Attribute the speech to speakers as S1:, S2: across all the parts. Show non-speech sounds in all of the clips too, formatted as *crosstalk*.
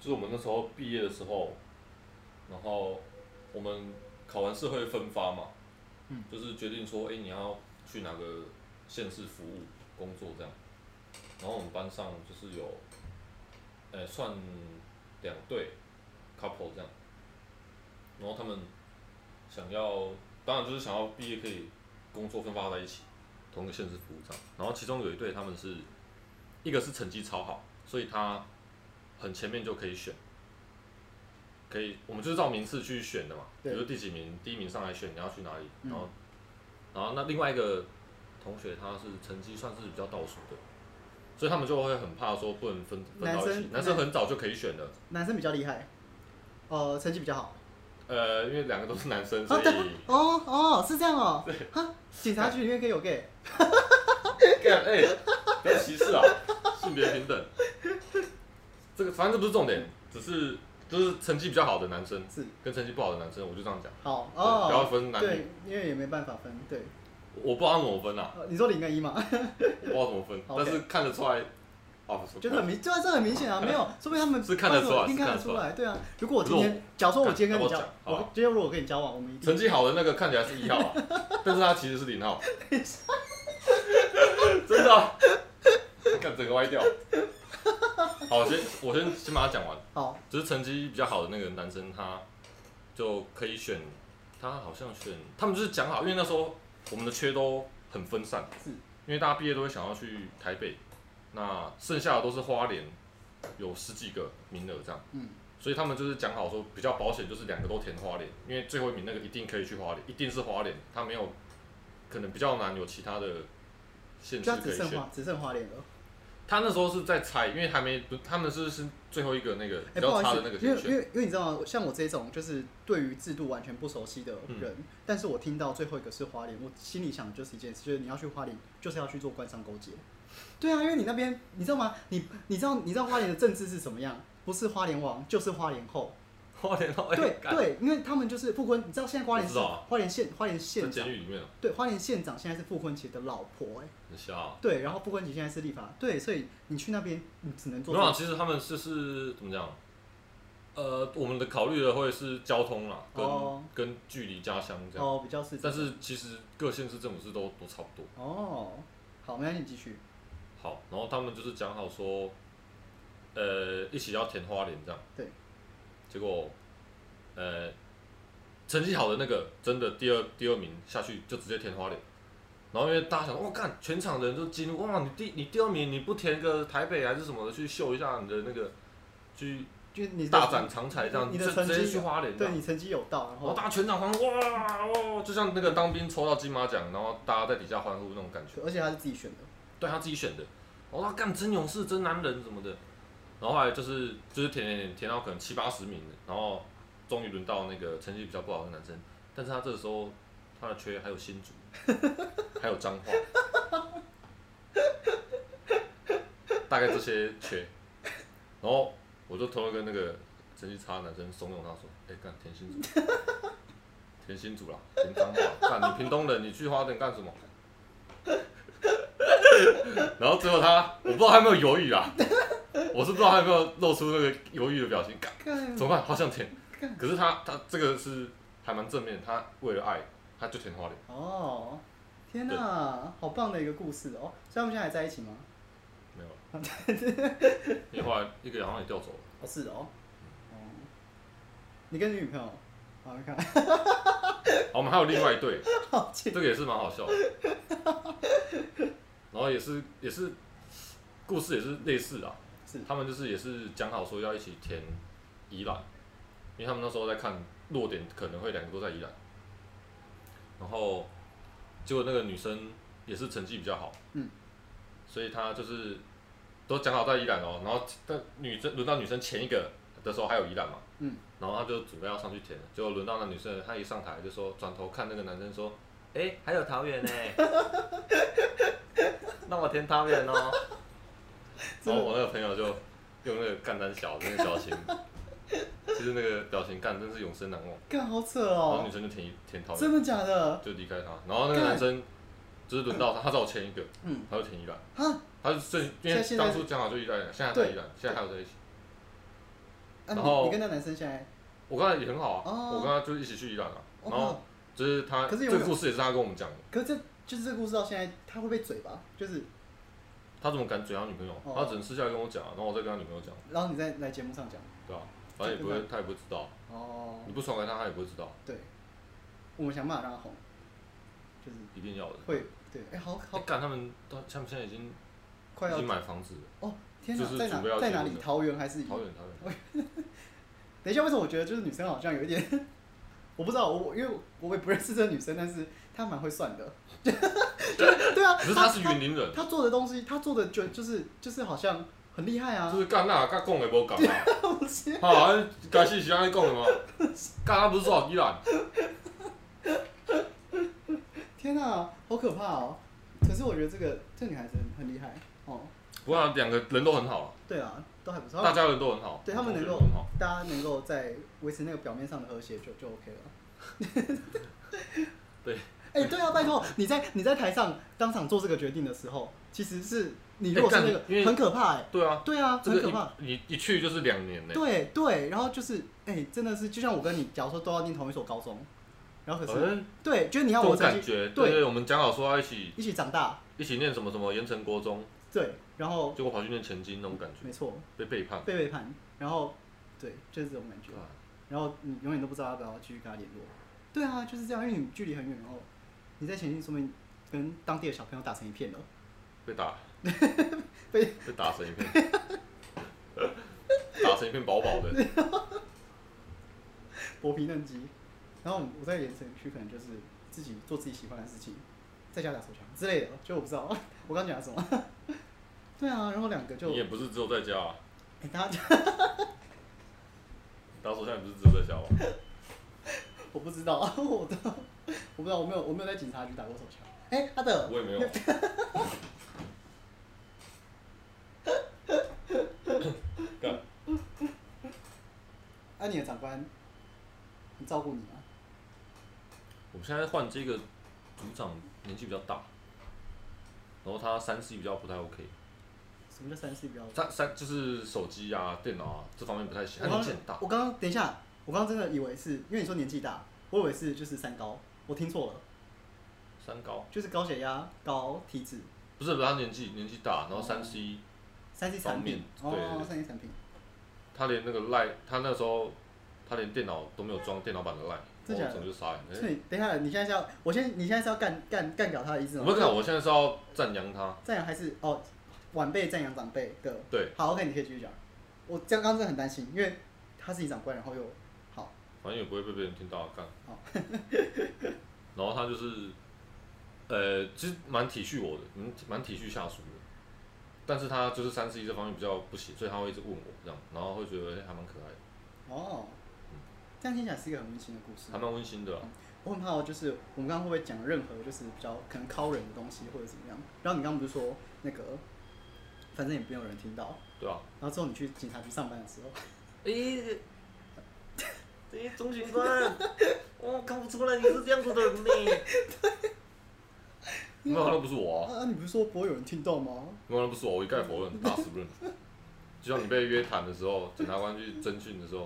S1: 就是我们那时候毕业的时候，然后我们考完试会分发嘛，
S2: 嗯，
S1: 就是决定说，哎、你要去哪个县市服务工作这样。然后我们班上就是有，哎、算两对 couple 这样，然后他们想要，当然就是想要毕业可以工作分发在一起，同一个县市服务这样。然后其中有一对他们是，一个是成绩超好，所以他很前面就可以选，可以我们就是照名次去选的嘛，比
S2: 对
S1: 如第几名，第一名上来选你要去哪里，
S2: 嗯
S1: 然后，然后那另外一个同学他是成绩算是比较倒数的，所以他们就会很怕说不能分分到一
S2: 男
S1: 起
S2: 生，
S1: 男生很早就可以选了，
S2: 男生比较厉害，呃，成绩比较好。
S1: 呃，因为两个都是男生，所
S2: 啊，
S1: 以
S2: 对，哦哦，是这
S1: *laughs*
S2: 样哦。哈，警察局里面可以有 gay，
S1: 干哎，不要歧视啊，性别平等，这个反正这不是重点，只是就是成绩比较好的男生
S2: 是
S1: 跟成绩不好的男生，我就这样讲，
S2: 好
S1: 对不要
S2: 哦。
S1: 分男女，
S2: 对，因为也没办法分。对，
S1: 我不知道怎么分啊，
S2: 呃你说零跟一
S1: *laughs*
S2: 嘛，
S1: 我不知道怎么分，
S2: 好
S1: 但是看得出来，啊，
S2: 就很明，这这很
S1: *laughs*
S2: 明显啊，没有，说不定他们
S1: 是看得出来
S2: 一定
S1: 是看得
S2: 看得出来。对啊，如果我今
S1: 可
S2: 天，假如说我今天跟你交
S1: 看，我讲好
S2: 我今天如果我跟你交往，我们一定
S1: 成绩好的那个看起来是一号啊，但是他其实是零号。真的、啊，看整个歪掉。好，先我先先把它讲完。
S2: 好，
S1: 只是成绩比较好的那个男生，他就可以选，他好像选，他们就是讲好，因为那时候我们的缺都很分散，
S2: 是
S1: 因为大家毕业都会想要去台北，那剩下的都是花莲，有十几个名额这样，
S2: 嗯，
S1: 所以他们就是讲好说比较保险，就是两个都填花莲，因为最后一名那个一定可以去花莲，一定是花莲，他没有可能比较难有其他的县市
S2: 就
S1: 可
S2: 只
S1: 以
S2: 剩
S1: 选。
S2: 花只剩花莲了。
S1: 他那时候是在猜，因为还没不他们是是最后一个那个比
S2: 哎、不
S1: 较
S2: 好意
S1: 差的
S2: 思
S1: 那个，选
S2: 因为因
S1: 选。
S2: 为因为你知道吗？像我这种就是对于制度完全不熟悉的人，
S1: 嗯
S2: 但是我听到最后一个是花莲，我心里想的就是一件事，就是你要去花莲，就是要去做官商勾结。对啊，因为你那边你知道吗？你你知道你知道花莲的政治是什么样？不是花莲王就是花莲
S1: *laughs*
S2: 后。
S1: 花哦哎莲到
S2: 对对，因为他们就是傅坤，你知道现在花莲
S1: 我
S2: 市
S1: 知道啊
S2: 花莲县花莲
S1: 在
S2: 县长
S1: 监狱里面哦
S2: 对花莲县长现在是傅坤奇的老婆哎、
S1: 很瞎啊。
S2: 对，然后傅坤奇现在是立法对，所以你去那边你只能
S1: 没
S2: 做
S1: 有啊，其实他们就是怎么讲？呃，我们的考虑的会是交通啦，跟、
S2: 哦
S1: 跟距离家乡这样。
S2: 哦比较是这
S1: 但
S2: 种
S1: 是其实各县市政府是都都差不多。
S2: 哦，好，没关系，你继续。
S1: 好，然后他们就是讲好说，呃，一起要填花莲这样。
S2: 对。
S1: 结果，呃，成绩好的那个真的第二第二名下去就直接填花莲，然后因为大家想，我、干，全场的人都惊，哇，你第你第二名你不填个台北还是什么的去秀一下你的那个，去
S2: 就是你的
S1: 大展长才这样，
S2: 你的
S1: 就
S2: 成绩
S1: 直接去花莲这
S2: 对
S1: 样。
S2: 你成绩有到，然
S1: 然后
S2: 后
S1: 大家全场欢呼，哇哦，就像那个当兵抽到金马奖，然后大家在底下欢呼那种感觉。
S2: 而且他是自己选的，
S1: 对他自己选的。我说他干真勇士、真男人什么的。然后后来就是就是填填填填到可能七八十名的，然后终于轮到那个成绩比较不好的男生，但是他这个时候他的缺还有新竹，还有彰化，大概这些缺。然后我就偷偷跟那个成绩差的男生怂恿他说：“哎、干填新竹，填新竹啦，填彰化，干你屏东人，你去花莲干什么？”然后最后他，我不知道他有没有犹豫啊， *laughs* 我是不知道他有没有露出那个犹豫的表情，干
S2: 干
S1: 怎么办？好想填，可是他他这个是还蛮正面，他为了爱，他就填花莲，
S2: 哦，天哪、好棒的一个故事哦！所以他们现在还在一起吗？
S1: 没有了，因为后来一个好像也调走了，
S2: 哦，是哦，哦，你跟你女朋友，好，你看， *laughs*
S1: 好，我们还有另外一对，
S2: 好气，
S1: 这个也是蛮好笑的，然后也是也是故事也是类似啊，
S2: 是
S1: 他们就是也是讲好说要一起填宜兰，因为他们那时候在看落点可能会两个都在宜兰，然后结果那个女生也是成绩比较好，
S2: 嗯，
S1: 所以她就是都讲好在宜兰哦，然后但女生轮到女生前一个的时候还有宜兰嘛，
S2: 嗯，
S1: 然后她就准备要上去填了，结果轮到那女生，她一上台就说转头看那个男生说，哎、还有桃
S2: *laughs*
S1: 园呢、让我填桃园哦。然后我那个朋友就用那个干单小的那个表
S2: *laughs*
S1: 情，其实那个表情干真是永生难忘。
S2: 干好扯
S1: 然后
S2: 哦
S1: 女，生就填一填桃园，
S2: 真的假的？
S1: 就离开他。然后那个男生就是轮到他，他找我签一个，
S2: 嗯，
S1: 他就填一兰，
S2: 哈，
S1: 他就正因
S2: 现在
S1: 为
S2: 现在
S1: 当初讲好就一兰，现在还在
S2: 对
S1: 一兰，现在还有在一起。
S2: 啊，
S1: 然后
S2: 你你跟那男生现在
S1: 我跟他也很好啊，
S2: 哦
S1: 我跟他就是一起去宜兰啊，
S2: 哦
S1: 然后就是他
S2: 可是有
S1: 这
S2: 没
S1: 个
S2: 有
S1: 故事也是他跟我们讲的，
S2: 可是这就是这个故事到现在，他会被嘴吧？就是，
S1: 他怎么敢追他女朋友？
S2: 哦
S1: 他只能私下跟我讲啊，然后我再跟他女朋友讲，
S2: 然后你再来节目上讲。
S1: 对吧？反正也不会，他也不会知道，
S2: 哦，
S1: 你不传给他，他也不会知道，
S2: 对，我们想办法让他红，就是
S1: 一定要的。
S2: 会对，哎、好
S1: 他
S2: 好
S1: 干他们，他他们现在已经已
S2: 快要
S1: 经买房子了，
S2: 哦，天哪
S1: 就，是
S2: 在
S1: 准备要
S2: 哪在哪
S1: 结婚
S2: 里？
S1: 了
S2: 桃园还是宜
S1: 桃园
S2: *laughs*
S1: 桃园，
S2: 等一下，为什么我觉得就是女生好像有一点， *laughs* 我不知道，我我因为我也不认识这个女生，但是她蛮会算的， *laughs* 就是对啊，
S1: 可是他是云林
S2: *laughs*
S1: 人，
S2: 她做的东西，她做的就就是就是好像很厉害啊 *laughs*
S1: 就，是干那干讲也无讲啊。
S2: 不是
S1: 啊，该是是安尼讲的吗？刚刚不是说好伊朗？
S2: 天哪、好可怕哦！可是我觉得这个这女孩子很很厉害哦，
S1: 不过啊两个人都很好，
S2: 对啊，都还不错，
S1: 大家人都很好，
S2: 对他们能够
S1: 同学都很好。
S2: 大家能够在维持那个表面上的和谐就就 OK 了。
S1: 对，
S2: 哎、对啊，拜托你在你在台上当场做这个决定的时候，其实是你如果是
S1: 哎干
S2: 那
S1: 因为
S2: 个很可怕哎、
S1: 对啊，
S2: 对啊，
S1: 这
S2: 很可怕。
S1: 个一一一去就是两年呢。
S2: 对对，然后就是哎、真的是就像我跟你，假如说都要念同一所高中，然后可
S1: 反
S2: 是、
S1: 正
S2: 对，就是你
S1: 呃这
S2: 要
S1: 种
S2: 我
S1: 感
S2: 成绩
S1: 觉，
S2: 对
S1: 对对，我们讲好说要一起
S2: 一起长大，
S1: 一起念什么什么盐城国中，
S2: 对，然后
S1: 结果跑去念前金那种感觉，
S2: 没错，
S1: 被背叛。
S2: 被背叛，然后对，就是这种感觉。
S1: 啊
S2: 然后你永远都不知道要不要继续跟他联络。对啊，就是这样，因为你们距离很远，然后你在前进，说明跟当地的小朋友打成一片了。哦
S1: 被打，
S2: *laughs* 被
S1: 被打成一片，
S2: *laughs*
S1: 打成一片薄薄的。
S2: 薄皮嫩鸡。然后我在盐城区可能就是自己做自己喜欢的事情，在家打手枪之类的，哦就我不知道我刚讲了什么。 *laughs* 对啊，然后两个就
S1: 你也不是只有在家啊，
S2: 哎大家
S1: 打手枪也不是只有在家啊玩。
S2: *laughs* 我不知道， *laughs* 我都我不知道，我没有我没有在警察局打过手枪。哎、阿德，
S1: 我也
S2: *laughs*
S1: 没有。干
S2: 啊，你的长官很照顾你吗？
S1: 我们现在换这个组长年纪比较大，然后他三 C 比较不太 OK，
S2: 什么叫三 C 标？
S1: 他三就是手机啊、电脑啊这方面不太行，
S2: 我
S1: 他年
S2: 刚
S1: 纪很大。
S2: 我刚刚等一下，我刚刚真的以为是因为你说年纪大，我以为是就是三高，我听错了，
S1: 三高
S2: 就是高血压、高体脂，
S1: 不是不是他年纪年纪大，然后
S2: 哦
S1: 三 C
S2: 三 C 产品
S1: 方面对
S2: 哦，三 C 产品
S1: 他连那个 line，他那时候他连电脑都没有装电脑版的 line，
S2: 真假的
S1: 我整就傻眼。
S2: 所
S1: 哎
S2: 以等一下，你现在是要我先，你现在是要干干干掉他的意思
S1: 欸我
S2: 吗？
S1: 没有看，我现在是要赞扬他，
S2: 赞扬还是哦，晚辈赞扬长辈的。
S1: 对，
S2: 好，OK，你可以继续讲。我刚刚真的很担心，因为他是你长官，然后又好，
S1: 反正也不会被别人听到啊干
S2: 好。
S1: *laughs* 然后他就是，呃，其实蛮体恤我的，嗯，蛮体恤下属的。但是他就是三 C 这方面比较不行，所以他会一直问我这样，然后会觉得、哎还蛮可爱的，
S2: 哦，这样听起来是一个很温馨的故事
S1: 还。蛮温馨的啊、
S2: 我很怕，就是我们刚刚会不会讲任何就是比较可能敲人的东西或者怎么样？然后你刚刚不是说那个，反正也没有人听到。
S1: 对啊。
S2: 然后之后你去警察局上班的时候，
S3: 诶， *laughs* 诶，钟警官，我看不出来你是这样子的人呢。
S1: 没有，那不是我、啊，
S2: 啊啊，你不是说不会有人听到吗？
S1: 没有，那不是我，我一概否认，打死不认。就像你被约谈的时
S3: *laughs*
S1: 候，检察官去侦讯的时候，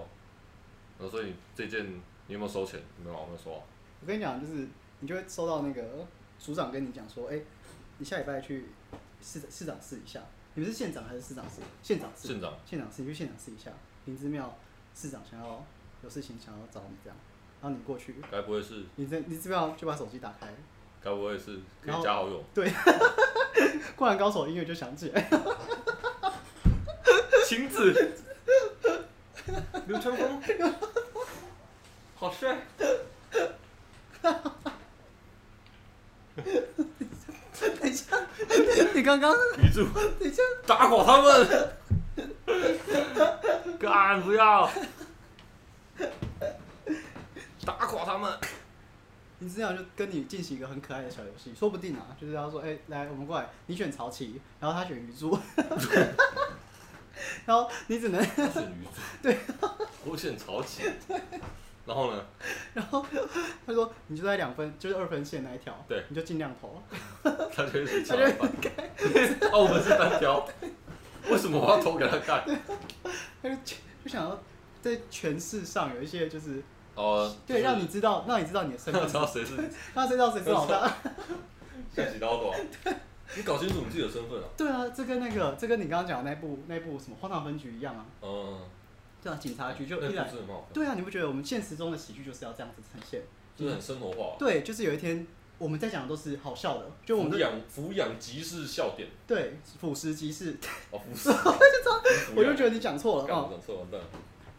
S1: 然后说你这件你有没有收钱？没有啊，我没有收啊。
S2: 我跟你讲，就是你就会收到那个署长跟你讲说，哎、你下礼拜去市市长试一下。你们是县长还是市长试？县长试。
S1: 县长
S2: 县长试，你去县长试一下。林芝庙市长想要有事情想要找你这样，然后你过去，
S1: 该不会是，
S2: 你这林芝庙就把手机打开， *laughs*
S1: 该不会是可
S2: 然
S1: 以
S2: 后
S1: 加
S3: *laughs*
S1: 好友？
S2: 《灌篮高手》音乐就响起来。
S3: 晴子，流川枫， *laughs* 好帅。
S2: *laughs* 等一下，你刚刚
S1: 语助
S2: 等一下，
S1: 打垮
S3: *laughs*
S1: 他们！干不要！打垮他们！
S2: 林芝庙就跟你进行一个很可爱的小游戏，说不定啊，就是他说，哎、来，我们过来，你选曹琦，然后他选鱼珠， *laughs* 然后你只能
S1: 选鱼助，
S2: *laughs*
S1: 对，我选曹起。然后
S2: *laughs*
S1: 呢？
S2: 然后他说你就在两分，就是二分线那一条，
S1: 对
S2: 你就尽量投。
S1: 他就一直抢篮板。哦，我们是单挑，为什么我要投给他看？
S2: 他就就想要，在权势上有一些就是
S1: 哦，
S2: 对，让
S1: *laughs*
S2: 你知道，让你知道你的身 *laughs* 份
S1: 知，道谁是
S2: 让谁知道谁是老 *laughs* 大。
S1: 下几刀多啊，你搞清楚你自己的身份啊。
S2: 对啊，这跟那个，这跟你刚刚讲的那部那部什么《荒唐分局》一样啊。
S1: 嗯，
S2: 对啊，警察局就
S1: 那
S2: 一
S1: 故
S2: 来，
S1: 事很好看，
S2: 对啊，你不觉得我们现实中的喜剧就是要这样子呈现？
S1: 就是很生活化。
S2: 对，就是有一天我们在讲的都是好笑的，就我
S1: 哦
S2: 们
S1: 俯
S2: 都
S1: 仰俯仰即是笑点
S2: 对腐蚀即是，
S1: 哦，不
S2: *laughs*
S1: 是，
S2: 我就觉
S1: 得
S2: 得你讲错了
S1: 干
S2: 哦。
S1: 我错完蛋了，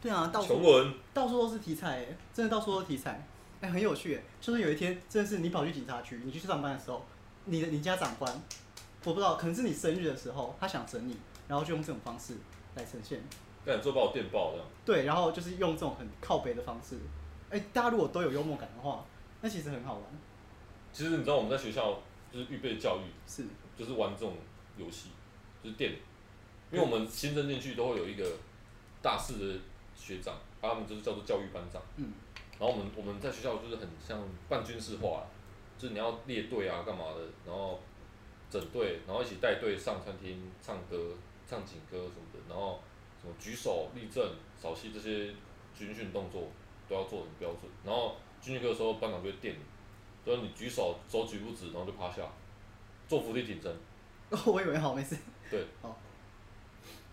S2: 对啊，到
S1: 穷
S2: 处
S1: 文
S2: 到处都是题材、欸，真的到处都是题材，哎、很有趣、欸。就是有一天，真的是你跑去警察局，你去上班的时候，你的你家长官，我不知道，可能是你生日的时候，他想整你，然后就用这种方式来呈现。
S1: 干最后把我电爆这样，
S2: 对，然后就是用这种很靠北的方式。哎、大家如果都有幽默感的话，那其实很好玩。
S1: 其实你知道我们在学校就是预备教育，
S2: 是，
S1: 就是玩这种游戏，就是电，因为我们新生进去都会有一个大四的学长，他们就是叫做教育班长。
S2: 嗯，
S1: 然后我们我们在学校就是很像半军事化啦，就是你要列队啊，干嘛的，然后整队，然后一起带队上餐厅唱歌、唱警歌什么的，然后什么举手、立正、扫息这些军训动作都要做得很标准。然后军训课的时候，班长就会电你，就是你举手手举不直，然后就趴下，做伏地挺身，
S2: 哦，我以为好没事。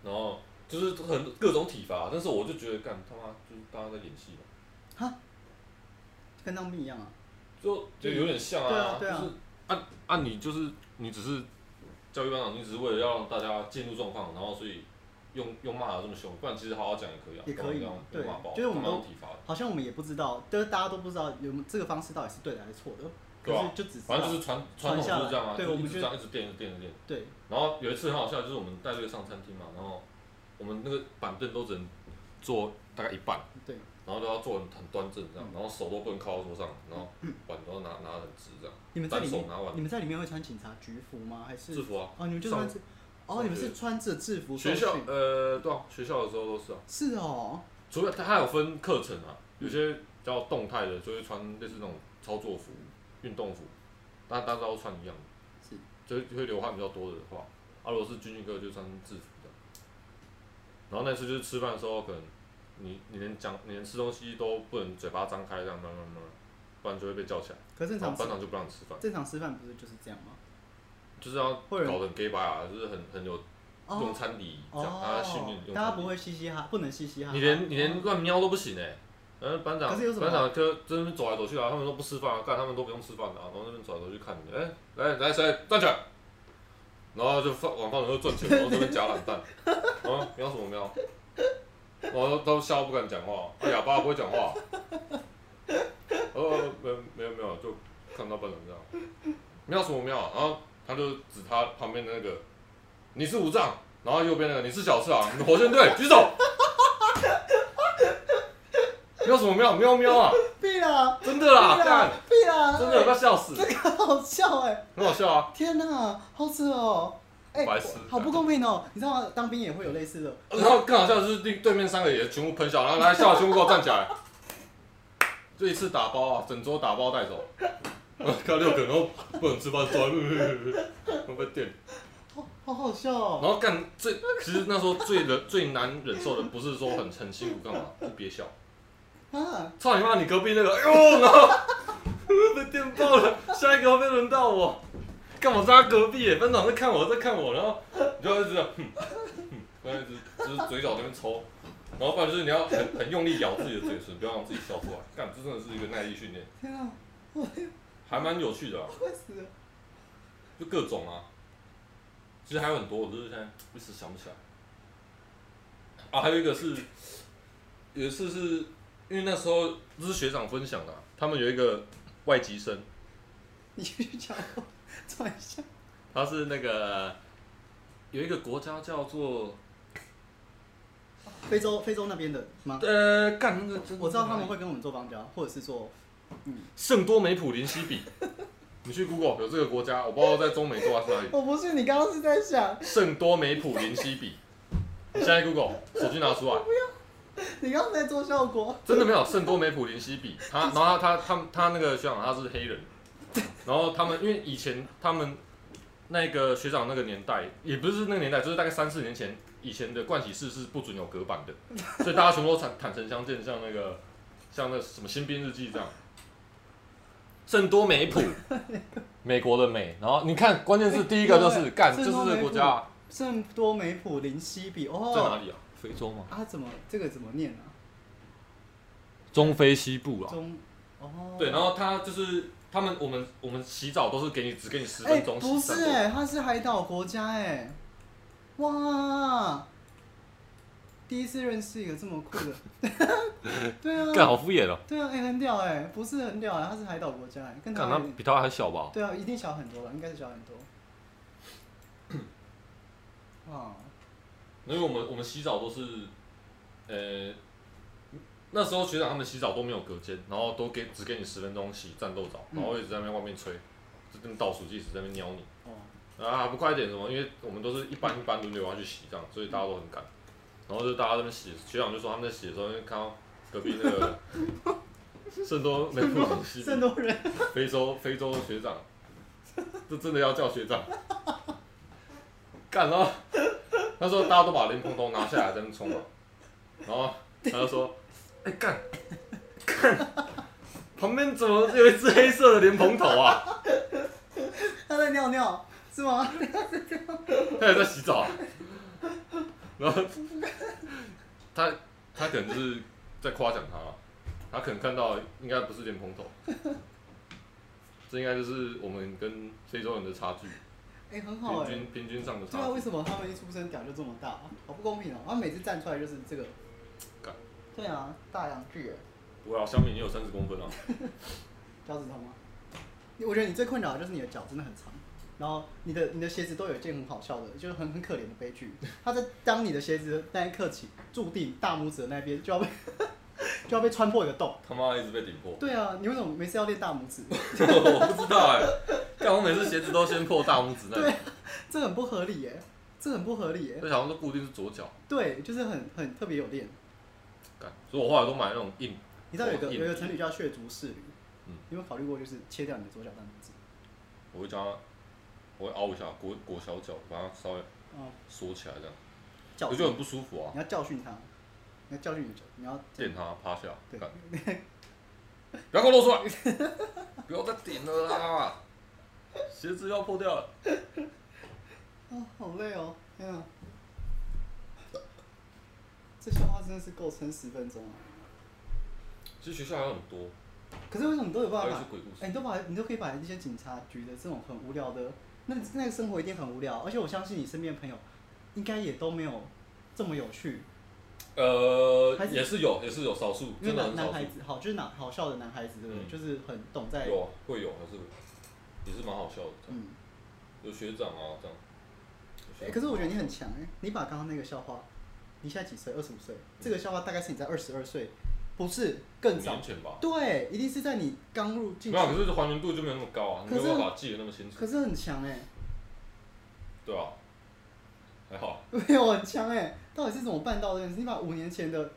S1: 然后就是很各种体罚，但是我就觉得干他妈就是大家在演戏嘛。
S2: 跟当兵一样啊。
S1: 就就有点像啊，
S2: 嗯对啊对啊
S1: 就是啊啊，你就是你只是教育班长，你只是为了要让大家进入状况，然后所以用用骂的这么凶，不然其实好好讲也可以啊，
S2: 也可以
S1: 干嘛这样
S2: 对
S1: 用骂爆，
S2: 就是我们
S1: 干嘛
S2: 都
S1: 用体罚的，
S2: 好像我们也不知道，就是大家都不知道有这个方式到底是对的还是错的，可
S1: 对啊
S2: 是就只知道
S1: 反正就是传传
S2: 传
S1: 统
S2: 下来
S1: 就是这样啊，
S2: 对
S1: 就
S2: 我
S1: 一
S2: 们
S1: 直
S2: 就
S1: 这样一直垫一直垫一直垫。
S2: 对，
S1: 然后有一次很好笑，就是我们带队上餐厅嘛，然后我们那个板凳都只能坐大概一半，
S2: 对，
S1: 然后都要坐很很端正这样，
S2: 嗯
S1: 然后手都不能靠到桌上，然后碗都要拿拿得很直这样，
S2: 你们在
S1: 单
S2: 里
S1: 手
S2: 面，
S1: 拿碗
S2: 你们在里面会穿警察局服吗？还
S1: 制
S2: 是
S1: 服啊，
S2: 哦，你们就
S1: 上
S2: 穿制，哦，你们是穿着制服
S1: 学
S2: 上
S1: 校
S2: 去
S1: 呃对啊，学校的时候都是啊。
S2: 是哦，
S1: 除非它它有分课程啊，有些比较动态的就会穿类似那种操作服、运动服，大大家都穿一样的，
S2: 是，
S1: 就就会流汗比较多的话，啊，如果是军训课就穿制服的。然后那次就是吃饭的时候，可能你你连讲你连吃东西都不能嘴巴张开这样，慢慢慢慢，不然就会被叫起来，
S2: 可是正
S1: 然
S2: 常
S1: 后班
S2: 吃
S1: 长就不让你吃饭，
S2: 正常吃饭不是就是这样吗？
S1: 就是要
S2: 会有人
S1: 搞得很 gay 白啊，就是很很有用
S2: 哦
S1: 餐礼仪这样，大家训练
S2: 哦，
S1: 用
S2: 大家
S1: 餐礼仪。
S2: 不会嘻嘻哈，不能嘻嘻哈哈，
S1: 你连你连
S2: 哦
S1: 乱瞄都不行哎、然后班长
S2: 可是有什么
S1: 班长就真的走来走去啊，他们都不吃饭啊，干他们都不用吃饭的啊，然后那边走来走去看你，哎、来来谁站起来，然后就放往放人就转圈，然后这边夹懒蛋，啊瞄什么瞄，然后都笑不敢讲话，啊哑巴不会讲话，哦没有没有没有，就看到班长这样，瞄什么瞄，然后他就指他旁边的那个，你是五藏，然后右边那个你是小次郎，你们火箭队举手。喵什么喵喵喵啊！
S2: 屁啦，
S1: 真的啦，
S2: 屁啦
S1: 干，，
S2: 屁啦，
S1: 真的快笑死，
S2: 哎，好笑哎，
S1: 很好笑啊！
S2: 天哪，好扯哦。哎、
S1: 白痴
S2: 好不公平哦！你知道吗？当兵也会有类似的，
S1: 然后更好笑的是对对面三个也全部喷笑，然后来笑的全部给我站起来，就一次打包啊，整桌打包带走。我靠，六个人都不能吃饭，抓会被电。
S2: 好好好笑
S1: *laughs*
S2: 哦
S1: 然。后干最，其实那时候最忍最难忍受的不是说很很辛苦干嘛，就憋笑。
S2: 啊，
S1: 操你妈！你隔壁那个，哎呦，然后 *laughs* 被电爆了，下一个会被轮到我，干嘛在他隔壁耶？班长在看我，在看我，然后你就要一直这样， *laughs* 哼哼，然后一直就是嘴角在那边抽，然后不然就是你要很很用力咬自己的嘴唇，不要让自己笑出来。干，这真的是一个耐力训练，
S2: 天啊，
S1: 还蛮有趣的、啊，
S2: 快死了！ *laughs*
S1: 就各种啊。其实还有很多，我就是现在一时想不起来。啊，还有一个是，有一次是因为那时候这是学长分享的啊、他们有一个外籍生。
S2: 你继续讲，我转一下。
S1: 他是那个有一个国家叫做
S2: 非洲非洲那边的吗？
S1: 呃，干那个真的
S2: 我知道他们会跟我们做邦交，或者是做
S1: 圣多美普林西比，你去 Google 有这个国家，我不知道在中美洲还是哪里。
S2: 我哦不是，你刚刚是在想，
S1: 圣多美普林西比，你现在 Google 手机拿出来，
S2: 你刚刚在做效果。
S1: 真的没有圣多美普林西比。他然后他他他他那个学长他是黑人，然后他们因为以前他们那个学长那个年代也不是那个年代，就是大概三四年前以前的盥洗室是不准有隔板的，所以大家全部都坦坦诚相见，像那个像那什么《新兵日记》这样。圣多美普，美国的美，然后你看，关键是第一个就是干，就是这个国家啊
S2: 圣多美普林西比
S1: 在哪
S2: 哦，
S1: 里啊？非洲吗？
S2: 啊怎么这个怎么念啊？
S1: 中非西部啊。
S2: 中哦，
S1: 对，然后他就是他们，我们我们洗澡都是给你只给你十
S2: 哎、
S1: 分钟洗
S2: 不
S1: 三
S2: 是
S1: 分
S2: 哎、它是海岛国家哎、哇，第一次认识一个这么酷的，
S1: *laughs*
S2: 对
S1: 钟
S2: 啊，
S1: 好敷衍哦。
S2: 对啊，哎、很屌哎、不是很屌哎、它是海岛国家哎、跟台
S1: 干他
S2: 湾有点
S1: 比他还小吧？
S2: 对啊，一定小很多了，应该是小很
S1: *coughs*
S2: 多。哇，
S1: 因为我们我们洗澡都是，呃，那时候学长他们洗澡都没有隔间，然后都给只给你十分钟洗战斗澡，
S2: 嗯
S1: 然后一直在那边外面吹，就跟倒数计时在那边瞄你
S2: 哦，
S1: 啊，不快点什么？因为我们都是一班一班轮流要去洗这样，所以大家都很赶。然后就大家在那边洗，学长就说他们在洗的时候，就看到隔壁那个 *laughs* 圣多美普
S2: *laughs*
S1: 朗西比
S2: 这么多人，
S1: 非洲非洲学长，这真的要叫学长。干，然后那时候大家都把莲蓬头拿下来在那边冲嘛，然后他就说：“哎、干干，旁边怎么有一只黑色的莲蓬头啊？
S2: 他在尿尿是吗？
S1: 他也在洗澡、啊。”然后他他可能就是在夸奖他啊，他可能看到应该不是莲蓬头，这应该就是我们跟非洲人的差距。
S2: 哎、很
S1: 平
S2: 好哎、
S1: 均平均上的差
S2: 对啊，为
S1: 距。
S2: 什么他们一出生屌就这么大、啊？好不公平哦、他每次站出来就是这个
S1: 干。
S2: 对啊，大洋巨人，
S1: 我老小米，你有三十公分
S2: *laughs*
S1: 啊？
S2: 脚趾头吗？你我觉得你最困扰的就是你的脚真的很长，然后你的你的鞋子都有一件很好笑的，就是很很可怜的悲剧。他在当你的鞋子的那一刻起，注定大拇指的那边就要被 *laughs* 就要被穿破一个洞。，
S1: 他妈一直被顶破
S2: 对啊，你为什么每次要练大拇指？
S1: 我不知道哎、
S2: *laughs*
S1: 但我每次鞋子都先破大拇指那
S2: 对
S1: 里，
S2: 这很不合理耶，这很不合理耶。
S1: 所以好像都固定是左脚。
S2: 对，就是很很特别有练。
S1: 干，所以我后来都买那种硬，
S2: 你知道有一个
S1: 哦
S2: 有一个成语叫血足赤驴，
S1: 嗯
S2: 你有没有考虑过就是切掉你的左脚大拇指？
S1: 我会将它，我会凹一下，裹裹小脚，把它稍微
S2: 嗯，
S1: 缩起来这样，
S2: 教
S1: 我
S2: 训
S1: 就很不舒服啊
S2: 你，要教训他，你要教训你的脚，你要
S1: 电它趴下，
S2: 对
S1: 干，不要给我露出来，
S2: *laughs*
S1: 不要再顶了啦，鞋子要破掉了。
S2: 啊，好累哦，天啊！这笑话真的是够撑十分钟啊！
S1: 其实学校还有很多，
S2: 可是为什么你都有
S1: 还有
S2: 办
S1: 一
S2: 法
S1: 些？鬼故
S2: 哎、
S1: 事，
S2: 你都把你都可以把一些警察局的这种很无聊的，那那个生活一定很无聊，而且我相信你身边的朋友应该也都没有这么有趣，
S1: 呃
S2: 还，是
S1: 也是有，也是有少数，
S2: 因为
S1: 真的很
S2: 男男
S1: 少
S2: 孩
S1: 数。
S2: 子好就是男好笑的男孩子，对不对？
S1: 嗯
S2: 就是很懂在
S1: 有啊会有，还是也是蛮好笑的。这样
S2: 嗯、
S1: 有学长啊，这样。
S2: 哎可是我觉得你很强哎、你把刚刚那个笑话，你现在几岁？二十五岁，这个笑话大概是你在二十二岁，不是更
S1: 五
S2: 早
S1: 年？前吧，
S2: 对，一定是在你刚入进
S1: 没有，啊
S2: 去。
S1: 可是还原度就没有那么高啊，你没
S2: 可是
S1: 有办法记得那么清楚，
S2: 可是很强哎、
S1: 对吧？还
S2: *laughs*
S1: 好，
S2: *laughs* 没有很强哎、到底是怎么办到的？你把五年前的，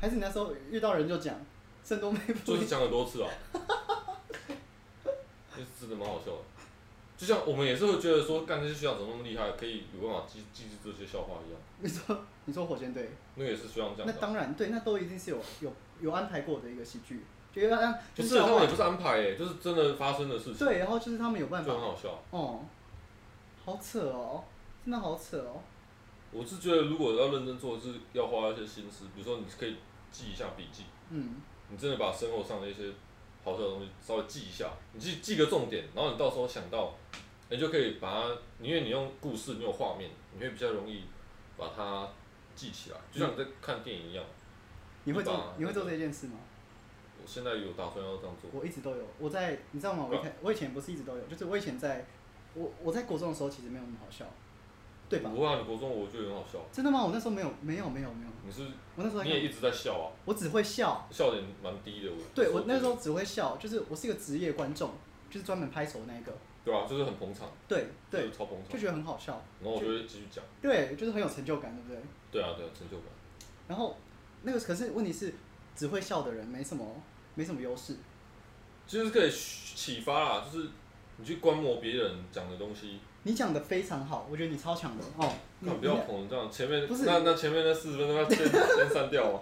S2: 还是你那时候遇到人就讲，圣多美普
S1: 就
S2: 林
S1: 是讲很多
S2: *laughs*
S1: 次啊，那是真的蛮好笑的。就像我们也是会觉得说，干这些学长怎么那么厉害，可以有办法记记住这些笑话一样，
S2: 你说你说火箭队，
S1: 那个也是学长讲
S2: 那
S1: 的啊。
S2: 当然对，那都一定是有有有安排过的一个喜剧，就要让
S1: 不，
S2: 就是是
S1: 他们也
S2: 要
S1: 不是安排诶，就是真的发生的事情，啊
S2: 对，然后就是他们有办
S1: 就很
S2: 法，
S1: 好笑。
S2: 哦、好扯哦，真的好扯哦，
S1: 我是觉得如果要认真做，是要花一些心思，比如说你可以记一下笔记，
S2: 嗯，
S1: 你真的把生活上的一些好笑的东西稍微记一下，你记记个重点，然后你到时候想到，你就可以把它，因为你用故事，你有画面，你会比较容易把它记起来，就像你在看电影一样。
S2: 你会
S1: 你
S2: 做
S1: 把
S2: 你会做这件事吗？
S1: 我现在有打算要这样做，
S2: 我一直都有，我在你知道吗？
S1: 嗯
S2: 我一开我以前不是一直都有，就是我以前在我我在国中的时候其实没有那么好笑，对吧？
S1: 不会啊，你国中我觉得很好笑，
S2: 真的吗？我那时候没有没有没有没有，
S1: 你是
S2: 我那时候在
S1: 你
S2: 干
S1: 也
S2: 嘛
S1: 一直在笑啊，
S2: 我只会笑，
S1: 笑点蛮低的。我
S2: 对我那时候只会笑，就是我是一个职业观众，就是专门拍手那一个，
S1: 对啊，就是很捧场，
S2: 对
S1: 就
S2: 对
S1: 是，超捧场
S2: 就，觉得很好笑，
S1: 然后我就会继续讲。
S2: 对，就是很有成就感，对不对？
S1: 对啊，对啊，成就感。
S2: 然后那个可是问题是，只会笑的人没什么没什么优势，
S1: 就是可以启发啦，就是你去观摩别人讲的东西，
S2: 你讲的非常好，我觉得你超强的哦。你
S1: 那不要捧这样，前面
S2: 不是
S1: 那那前面那四十分钟要先先删掉啊，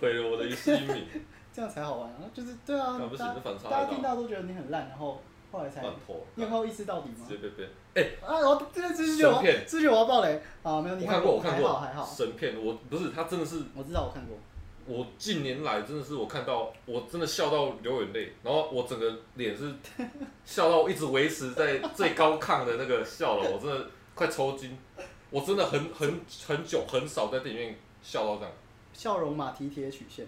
S1: 毁了我的一世英名，
S2: 这样才好玩啊！就是对啊
S1: 那不，行，
S2: 大
S1: 这
S2: 家
S1: 反差
S2: 大
S1: 太
S2: 家听
S1: 大，
S2: 到都觉得你很烂，然后后来才
S1: 烂透
S2: 你有
S1: 了，
S2: 看过《意识到底》吗
S1: 直？接被被。
S2: 啊，我这个知觉我
S1: 神片
S2: 知觉我要爆雷啊！没有，你
S1: 我看过，我看过，
S2: 还好还好，
S1: 神片，我不是他真的是
S2: 我知道我看过。
S1: 我近年来真的是我看到，我真的笑到流眼泪，然后我整个脸是 *laughs* 笑到一直维持在最高亢的那个笑了，我真的快抽筋，我真的很很很久很少在电影院笑到这样，
S2: 笑容马蹄铁曲线，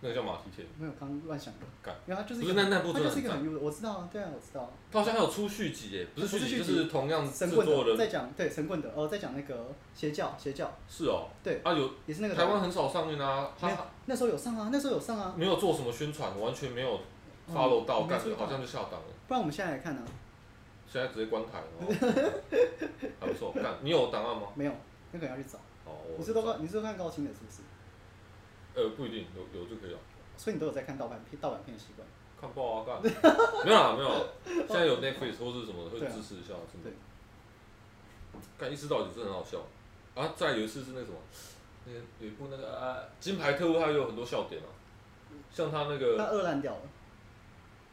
S1: 那个叫马蹄铁，
S2: 没有刚乱想的
S1: 干，
S2: 因为它就是一
S1: 不
S2: 个，
S1: 是那那部
S2: 它
S1: 真
S2: 就
S1: 的
S2: 是一个
S1: 很
S2: 很优，我知道啊，对啊，我知道啊。
S1: 它好像还有出续集耶，不是续
S2: 哦不是续
S1: 集，就
S2: 集
S1: 是同样制
S2: 神棍
S1: 作
S2: 的
S1: 人，
S2: 在讲对神棍的哦，在讲那个邪教，邪教
S1: 是哦，
S2: 对，
S1: 啊有
S2: 也是那个
S1: 台湾很少上映啊，
S2: 没有
S1: 他
S2: 那时候有上啊，那时候有上啊，
S1: 没有做什么宣传，完全没有
S2: 嗯
S1: follow 到，
S2: 没
S1: 感
S2: 注意
S1: 觉
S2: 到
S1: 好像就下档了。
S2: 不然我们现在来看呢、
S1: 现在直接关台了哦，还不错。干，你有档案吗？
S2: 没有，那可能要去找。
S1: 哦，我
S2: 你是都看你是都看高清的，是不是？
S1: 呃不一定有有就可以了，
S2: 所以你都有在看盗版片，盗版片的习惯。
S1: 看报啊干。没有啦没有啦，现在有 Netflix 或是什么的会
S2: 对啊
S1: 支持一下，真的
S2: 对。
S1: 干一次到底真的很好笑啊！再有一次是那个什么，那个有一部那个啊《金牌特务》，它有很多笑点啊，像他那
S2: 它
S1: 个
S2: 二烂掉了，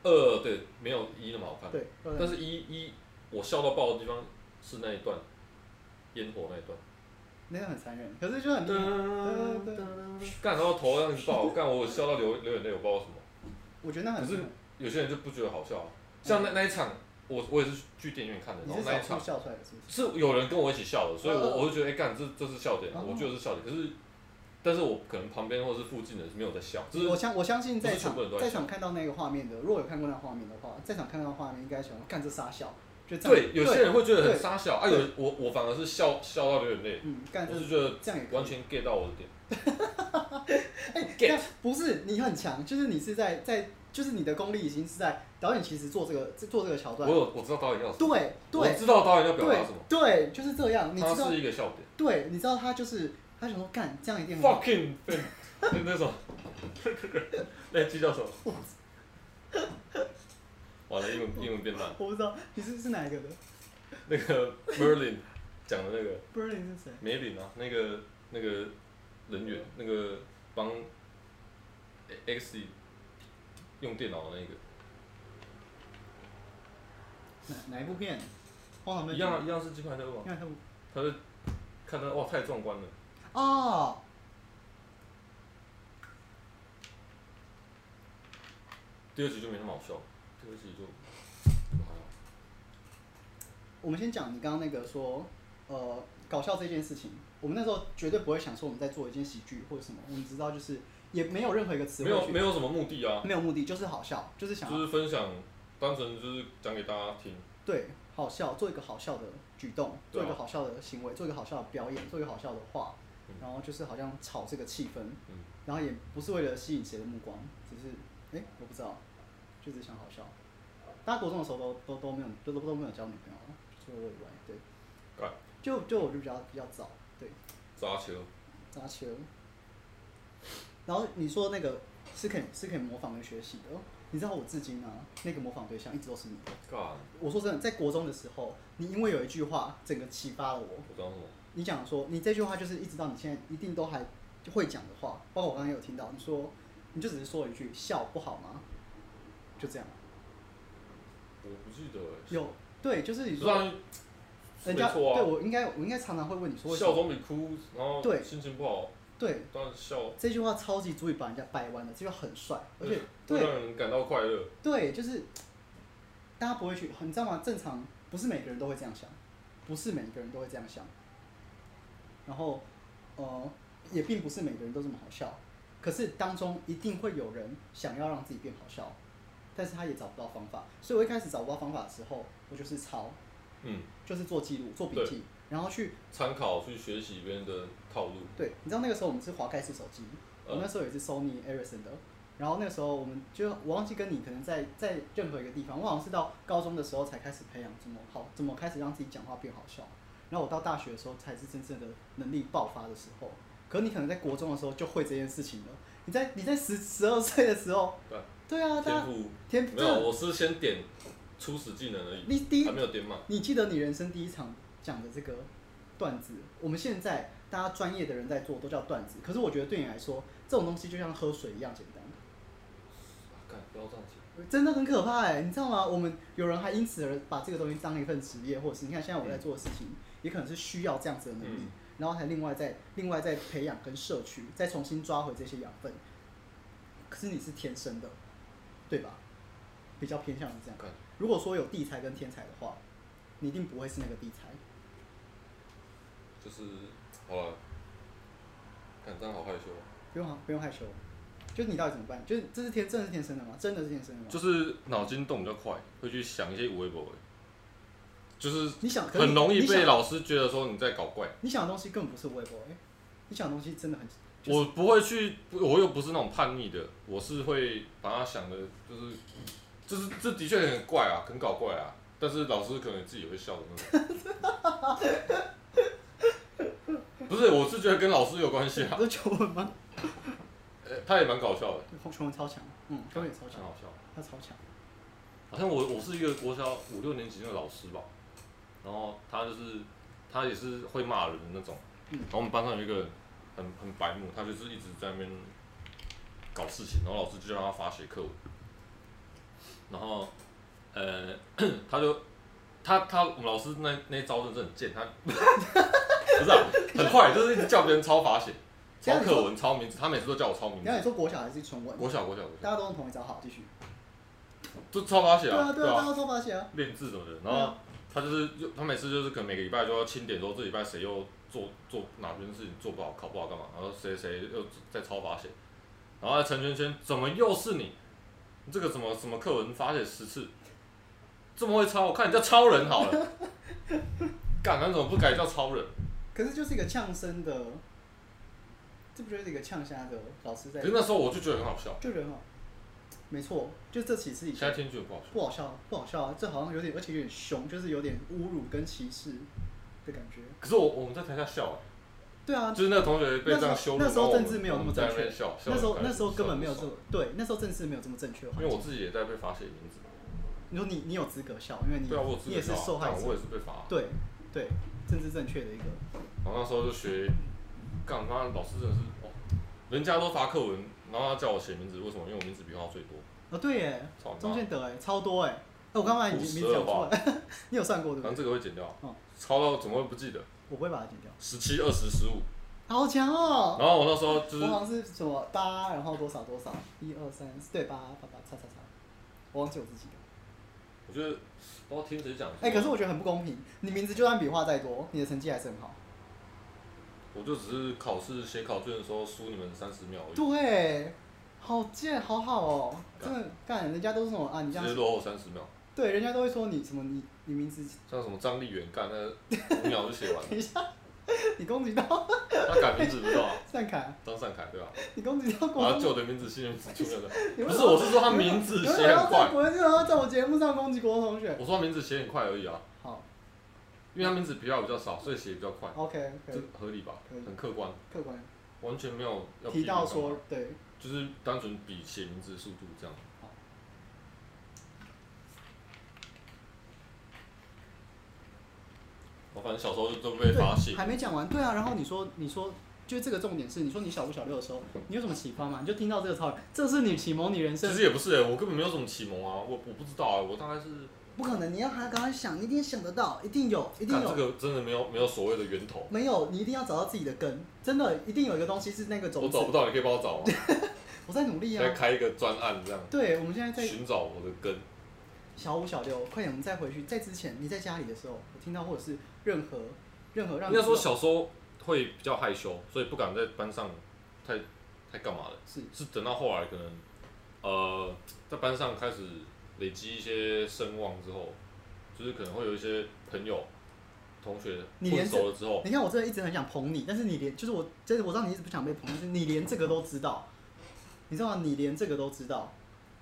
S1: 二对没有一那么好看，
S2: 对，二烂
S1: 啊但是一一我笑到爆的地方是那一段烟火那一段。
S2: 那个很残忍，可是就很厉害。
S1: 干，然后头让你爆，干我有笑到流流眼泪，我不知道为什么。
S2: 我觉得那很
S1: 可
S2: 厉
S1: 是哦
S2: 害，
S1: 有些人就不觉得好笑啊、像那那一场，我我也是去电影院看的，
S2: 嗯你
S1: 然后那
S2: 是少
S1: 一场
S2: 数笑出来的，是不是？
S1: 是有人跟我一起笑的，所以
S2: 哦
S1: 我我就觉得，哎、干这这是笑点，
S2: 哦
S1: 我觉得是笑点。可是，但是我可能旁边或是附近的人没有在笑，就是
S2: 我相我相信在
S1: 不是全
S2: 场
S1: 部人都在
S2: 在
S1: 笑
S2: 场看到那个画面的，如果有看过那个画面的话，在场看到那个画面应该喜欢干这傻笑，就这样
S1: 对有些人会觉得
S2: 对
S1: 很傻笑啊，有
S2: 对
S1: 我我反而是笑笑到流眼泪，
S2: 嗯干
S1: 我
S2: 这
S1: 是觉得
S2: 这样也可以
S1: 完全 get 到我的点。
S2: 哎、
S1: Get
S2: 那不是你很强，就是你是在在，就是你的功力已经是在导演其实做这个做这个桥
S1: 我
S2: 段，
S1: 有我知道导演要什么，
S2: 对
S1: 我
S2: 对
S1: 知道导演要表达
S2: 对
S1: 什么，
S2: 对，就是这样，你知
S1: 它
S2: 道
S1: 是，一个笑点。
S2: 对，你知道他就是他想说干这样一定很好，
S1: fucking 对那那种， *laughs* 那句叫什么？完了，英文英文变烂。
S2: 我不知道你是是哪一个的
S1: 那个 Merlin 讲的那个
S2: ，Berlin 是谁？
S1: 梅林啊，那个那个人员，那个帮 X 用电脑的那个，
S2: 哪哪一部片？荒唐妹
S1: 一样啊一样是金牌特务啊
S2: 你，看他们
S1: 他就看到哇太壮观了，
S2: 哦，
S1: 第二集就没那么好笑，第二集就就还好。
S2: 我们先讲你刚刚那个说呃搞笑这件事情，我们那时候绝对不会想说我们在做一件喜剧或者什么，我们知道就是也没有任何一个词
S1: 没
S2: 汇
S1: 有
S2: 去
S1: 没有什么目的啊，
S2: 没有目的，就是好笑，就是想要
S1: 就是分享，单纯就是讲给大家听。
S2: 对，好笑，做一个好笑的举动，
S1: 对
S2: 做
S1: 啊
S2: 一个好笑的行为，做一个好笑的表演，做一个好笑的话，
S1: 嗯
S2: 然后就是好像炒这个气氛，
S1: 嗯
S2: 然后也不是为了吸引谁的目光，只是哎、诶我不知道，就只是想好笑。大家国中的时候都都都没有都都都没有交女朋友啊，除了我以外，对
S1: 干，
S2: 就就我就比较比较早，对，
S1: 砸球，
S2: 扎球。然后你说那个是可以是可以模仿跟学习的，哦你知道我至今啊，那个模仿对象一直都是你。
S1: 干，
S2: 我说真的，在国中的时候，你因为有一句话，整个启发了我。
S1: 我讲什么？
S2: 你讲说，你这句话就是一直到你现在一定都还会讲的话，包括我刚刚也有听到，你说你就只是说了一句“笑不好吗”，就这样。
S1: 我不记得欸。
S2: 有对，就是你
S1: 不是
S2: 说
S1: 啊，
S2: 人家、
S1: 没错
S2: 对
S1: 啊。
S2: 我应该我应该常常会问你说为什
S1: 笑
S2: 么
S1: 总比哭，然后
S2: 对
S1: 心情不好，
S2: 对
S1: 当然笑，
S2: 这句话超级足以把人家掰弯的，这句话很帅，而且
S1: 会
S2: 对
S1: 让人感到快乐。
S2: 对，就是大家不会去，你知道吗？正常不是每个人都会这样想，不是每个人都会这样想。然后，呃，也并不是每个人都这么好笑，可是当中一定会有人想要让自己变好笑，但是他也找不到方法。所以我一开始找不到方法的时候，我就是抄，
S1: 嗯，
S2: 就是做记录、做笔记，然后去
S1: 参考去学习别人的套路。
S2: 对，你知道那个时候我们是滑盖式手机，我那
S1: 呃，
S2: 时候也是 Sony Ericsson 的，然后那个时候我们就我忘记跟你可能在在任何一个地方，我好像是到高中的时候才开始培养怎么好怎么开始让自己讲话变好笑，然后我到大学的时候才是真正的能力爆发的时候。可你可能在国中的时候就会这件事情了，你在你在十十二岁的时候，
S1: 对
S2: 对啊，大
S1: 天
S2: 家
S1: 赋
S2: 天
S1: 没
S2: 真
S1: 有，
S2: 的
S1: 我是先点初始技能而已，
S2: 你第一
S1: 还没有点满。
S2: 你记得你人生第一场讲的这个段子，我们现在大家专业的人在做都叫段子，可是我觉得对你来说，这种东西就像喝水一样简单，
S1: 啊干，不要这样讲。
S2: 真的很可怕哎、你知道吗？我们有人还因此而把这个东西当一份职业，或者是你看现在我在做的事情，也可能是需要这样子的能力，
S1: 嗯
S2: 然后才另外再另外再培养跟摄取，再重新抓回这些养分。可是你是天生的，对吧？比较偏向是这样。
S1: 干，
S2: 如果说有地才跟天才的话，你一定不会是那个地才。
S1: 就是好了。干，这样好害羞啊。
S2: 不用啊，不用害羞。就是你到底怎么办？就是这是天，真的是天生的吗？真的是天生的吗？
S1: 就是脑筋动比较快，会去想一些微博，就是
S2: 你想，可是
S1: 很
S2: 你
S1: 容易
S2: 你想
S1: 被老师觉得说你在搞怪。
S2: 你想的东西根本不是微博、欸，你想的东西真的很，就是
S1: 我不会去，我又不是那种叛逆的，我是会把它想的，就是，就是这的确很怪啊，很搞怪啊。但是老师可能自己也会笑的那
S2: *laughs*
S1: 种。不是，我是觉得跟老师有关系啊，
S2: 不是求文吗？
S1: 呃他也蛮搞笑的，
S2: 球文超强，嗯，球文也超
S1: 蛮
S2: 强，
S1: 好笑。
S2: 他超强。
S1: 好像我我是一个国小五六年级那个老师吧，然后他就是他也是会骂人的那种，
S2: 嗯
S1: 然后我们班上有一个很很白目，他就是一直在那边搞事情，然后老师就让他罚写课文，然后呃 *coughs* 他就他他我们老师那那一招真的是很贱，他 *laughs* 不是啊，很坏，就是一直叫别人抄罚写，
S2: 这
S1: 抄
S2: 样你说
S1: 课文抄名字，他每次都叫我抄名
S2: 你看你
S1: 字，
S2: 说国小还是纯文，
S1: 国小国小国
S2: 大
S1: 小
S2: 家都用同一招，好，继续。
S1: 就抄罚写
S2: 对啊，
S1: 对
S2: 对啊，大家都发现啊，
S1: 练字什么的，
S2: 对
S1: 然
S2: 啊
S1: 后他就是就他每次就是可能每个礼拜就要清点说这礼拜谁又做做哪边事情做不好，考不好干嘛，然后谁谁又在抄罚写，然后陈圈圈怎么又是你？你这个什么什么课文罚写十次，这么会抄，我看你叫超人好了。干，那怎么不改叫超人？
S2: 可是就是一个呛声的，这不就是一个呛虾的老师在
S1: 可，是那时候我就觉得很好笑，
S2: 就人哦，没错，就这其实以
S1: 现在
S2: 前
S1: 听觉得不好笑。
S2: 不好笑，不好笑啊，这好像有点，而且有点凶，就是有点侮辱跟歧视的感觉。
S1: 可是我我们在台下笑、
S2: 对啊
S1: 欸，，就是那个同学被这样羞
S2: 那时候
S1: 辱，
S2: 那
S1: 然
S2: 时
S1: 后
S2: 候
S1: 我
S2: 政
S1: 们
S2: 治没有那
S1: 我
S2: 么
S1: 们
S2: 正
S1: 在那
S2: 确
S1: 边笑，，笑
S2: 那时候
S1: 得很
S2: 那时候
S1: 开心
S2: 根本没有
S1: 笑
S2: 这
S1: 得很
S2: 么对，那时候政治没有这么正确
S1: 爽
S2: 的
S1: 啊
S2: 环
S1: 因为我
S2: 境。
S1: 自己也在被罚写名字。
S2: 你说你你有资格笑，因为你
S1: 对啊，我有自
S2: 你
S1: 己
S2: 也
S1: 被
S2: 是
S1: 罚
S2: 受害
S1: 干
S2: 者
S1: 我，也是被罚啊。
S2: 对对，政治正确的一个，
S1: 然后那时候就学，干，他老师真的是，哦，人家都罚课文，然后他叫我写名字，为什么？因为我名字比他最多。
S2: 哦对耶，
S1: 操你
S2: 钟
S1: 妈！
S2: 宪德哎，超多哎，那我刚刚已经名字讲出来， *laughs* 你有算过对
S1: 反正
S2: 不对？
S1: 这个会剪掉
S2: 嗯，
S1: 抄到怎么会不记得？
S2: 我不会把它剪掉，
S1: 十七、二十、十五。
S2: 好强哦！
S1: 然后我那时候就是
S2: 我好像是什么八，然后多少多少，一二三四，对八八八叉叉叉，我忘记我自己的。
S1: 我觉得不知道听谁讲的，
S2: 哎、可是我觉得很不公平，你名字就算笔画再多，你的成绩还是很好。
S1: 我就只是考试写考卷的时候输你们三十秒而已，
S2: 对，好贱，好好哦，
S1: 干
S2: 真的干，人家都是什么啊？你这
S1: 直接
S2: 样
S1: 落后三十秒。
S2: 对，人家都会说你什么你你名字， *laughs*
S1: 像什么张立远干那五秒就写完了，
S2: 等一下，你攻击到 *laughs*
S1: 他改名字不知道啊，
S2: 善凯，
S1: 张善凯对吧？
S2: 你攻击到国
S1: 把他
S2: 文，
S1: 旧的名字、新的名字出来的，
S2: 你为
S1: 啊不
S2: 什
S1: 是，
S2: 么
S1: 我是说他名字
S2: 你为什么
S1: 写
S2: 要
S1: 很
S2: 在
S1: 快。
S2: 国文，你为什么要在我节目上攻击国文同学？
S1: 我说他名字写很快而已啊，
S2: 好
S1: 因为他名字笔画比较少，所以写比较快，
S2: ，OK
S1: 这
S2: OK，
S1: 合理吧？
S2: 可以
S1: 很客观，
S2: 客观
S1: 完全没有要
S2: 提到
S1: 批评干
S2: 说
S1: 嘛，
S2: 对，
S1: 就是单纯比写名字的速度这样。
S2: 好
S1: 我反正小时候就都被罚写
S2: 对，，还没讲完，对啊，然后你说你说。就是这个重点是，你说你小五小六的时候，你有什么启发吗？你就听到这个超人，这是你启蒙你人
S1: 其
S2: 生
S1: 实也不是哎、我根本没有什么启蒙啊，我我不知道啊、我大概是
S2: 不可能，你要还赶快想，你一定想得到，一定有，一定
S1: 看
S2: 有，
S1: 这个真的没有没有所谓的源头，
S2: 没有，你一定要找到自己的根，真的，一定有一个东西是那个
S1: 我
S2: 种子。
S1: 找不到，你可以帮我找吗？
S2: 我在努力
S1: 再
S2: 啊。
S1: 开一个专案这样，
S2: 对，我们现在在
S1: 寻找我的根。
S2: 小五、小六，快点，我们再回去。在之前，你在家里的时候，我听到或者是任何任何让
S1: 应
S2: 你
S1: 该说小时候会比较害羞，所以不敢在班上太太干嘛了。
S2: 是
S1: 是等到后来可能呃在班上开始累积一些声望之后，就是可能会有一些朋友、同学
S2: 你连
S1: 混熟了之后，
S2: 你看，我真的一直很想捧你，但是你连就是我，真的我知道你一直不想被捧，但是你连这个都知道，你知道吗？你连这个都知道，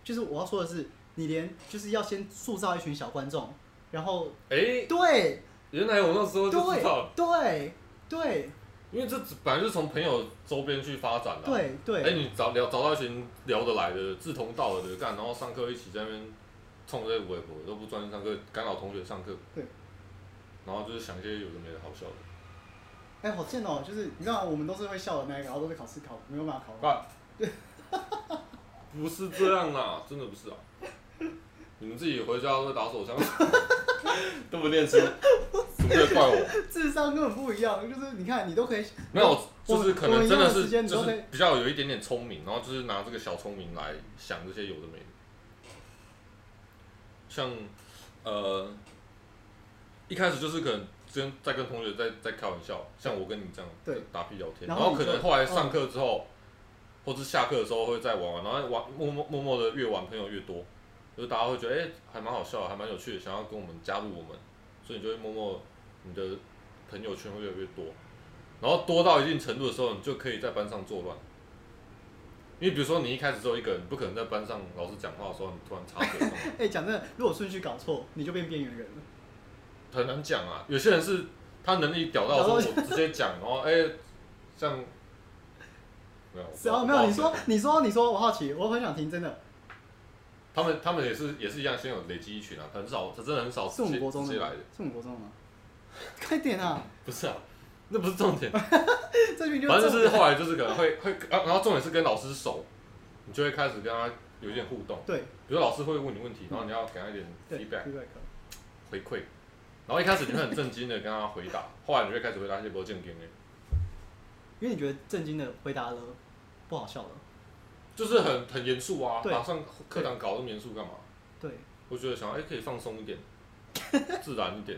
S2: 就是我要说的是，你连就是要先塑造一群小观众，然后
S1: 哎、
S2: 对
S1: 原来我那时候就知道
S2: 对
S1: 了，
S2: 对对
S1: 因为这本来就是从朋友周边去发展的、啊。
S2: 对对，
S1: 哎、你找聊找到一群聊得来的、志同道合的干，然后上课一起在那边冲这些微博都不专心上课，干扰同学上课。
S2: 对。
S1: 然后就是想一些有的没的好笑的，
S2: 哎、好贱哦、就是你知道，我们都是会笑的那一个，啊然后都是考试考没有办法考好。
S1: 干。 *laughs* 不是这样啦，真的不是啊。你们自己回家都会打手枪， *laughs* 都不练书，怎么可以怪我？
S2: 智商根本不一样，就是你看，你都可以，
S1: 没有，就是可能真的
S2: 我们一样的时
S1: 是
S2: 间你
S1: 就
S2: 都可以
S1: 是比较有一点点聪明，然后就是拿这个小聪明来想这些有的没的。像呃，一开始就是可能真在跟同学在在开玩笑，像我跟你这样
S2: 对
S1: 打屁聊天，然
S2: 然
S1: 后
S2: 后你
S1: 可能
S2: 就嗯
S1: 后来上课之后，或是下课的时候会再玩玩，然后玩默默默默的越玩朋友越多，就是大家会觉得哎、还蛮好笑的，还蛮有趣的，想要跟我们加入我们，所以你就会默默你的朋友圈会越来越多。然后多到一定程度的时候，你就可以在班上作乱。因为比如说你一开始只有一个人，不可能在班上老师讲话的时候，你突然插嘴干嘛，
S2: 哎、讲真的，如果顺序搞错，你就变边缘人了。
S1: *laughs* 很难讲啊。有些人是他能力屌到说，我直接讲，然后哎、
S2: *laughs*
S1: 像没有，
S2: 然
S1: 我
S2: 后啊没有，
S1: 我
S2: 你说，你说，你说，我好奇，我很想听，真的，
S1: 他们他们也是也是一样，先有累积一群啊，很少，真的很少
S2: 是
S1: 直
S2: 我
S1: 接
S2: 们国中
S1: 直
S2: 的
S1: 接来
S2: 吗
S1: 的，？
S2: 是我们国中的吗？ *laughs* 快点
S1: *laughs*
S2: 啊！
S1: 不是啊，那不是重
S2: *laughs*
S1: 点，
S2: 这群就
S1: 反正就是
S2: 重点
S1: 后来就是可能会会，啊然后重点是跟老师熟，你就会开始跟他有一点互动，
S2: 对
S1: 比如老师会问你问题，然后你要给他一点
S2: 对
S1: feedback。
S2: feedback
S1: 回馈，然后一开始你会很震惊的跟他回答，后来你就会开始回答一些不正经的，
S2: 因为你觉得震惊的回答了不好笑了，
S1: 就是很很严肃啊，
S2: 对
S1: 把上课堂搞得那么严肃干嘛？
S2: 对，
S1: 我觉得想哎、可以放松一点，自然一点，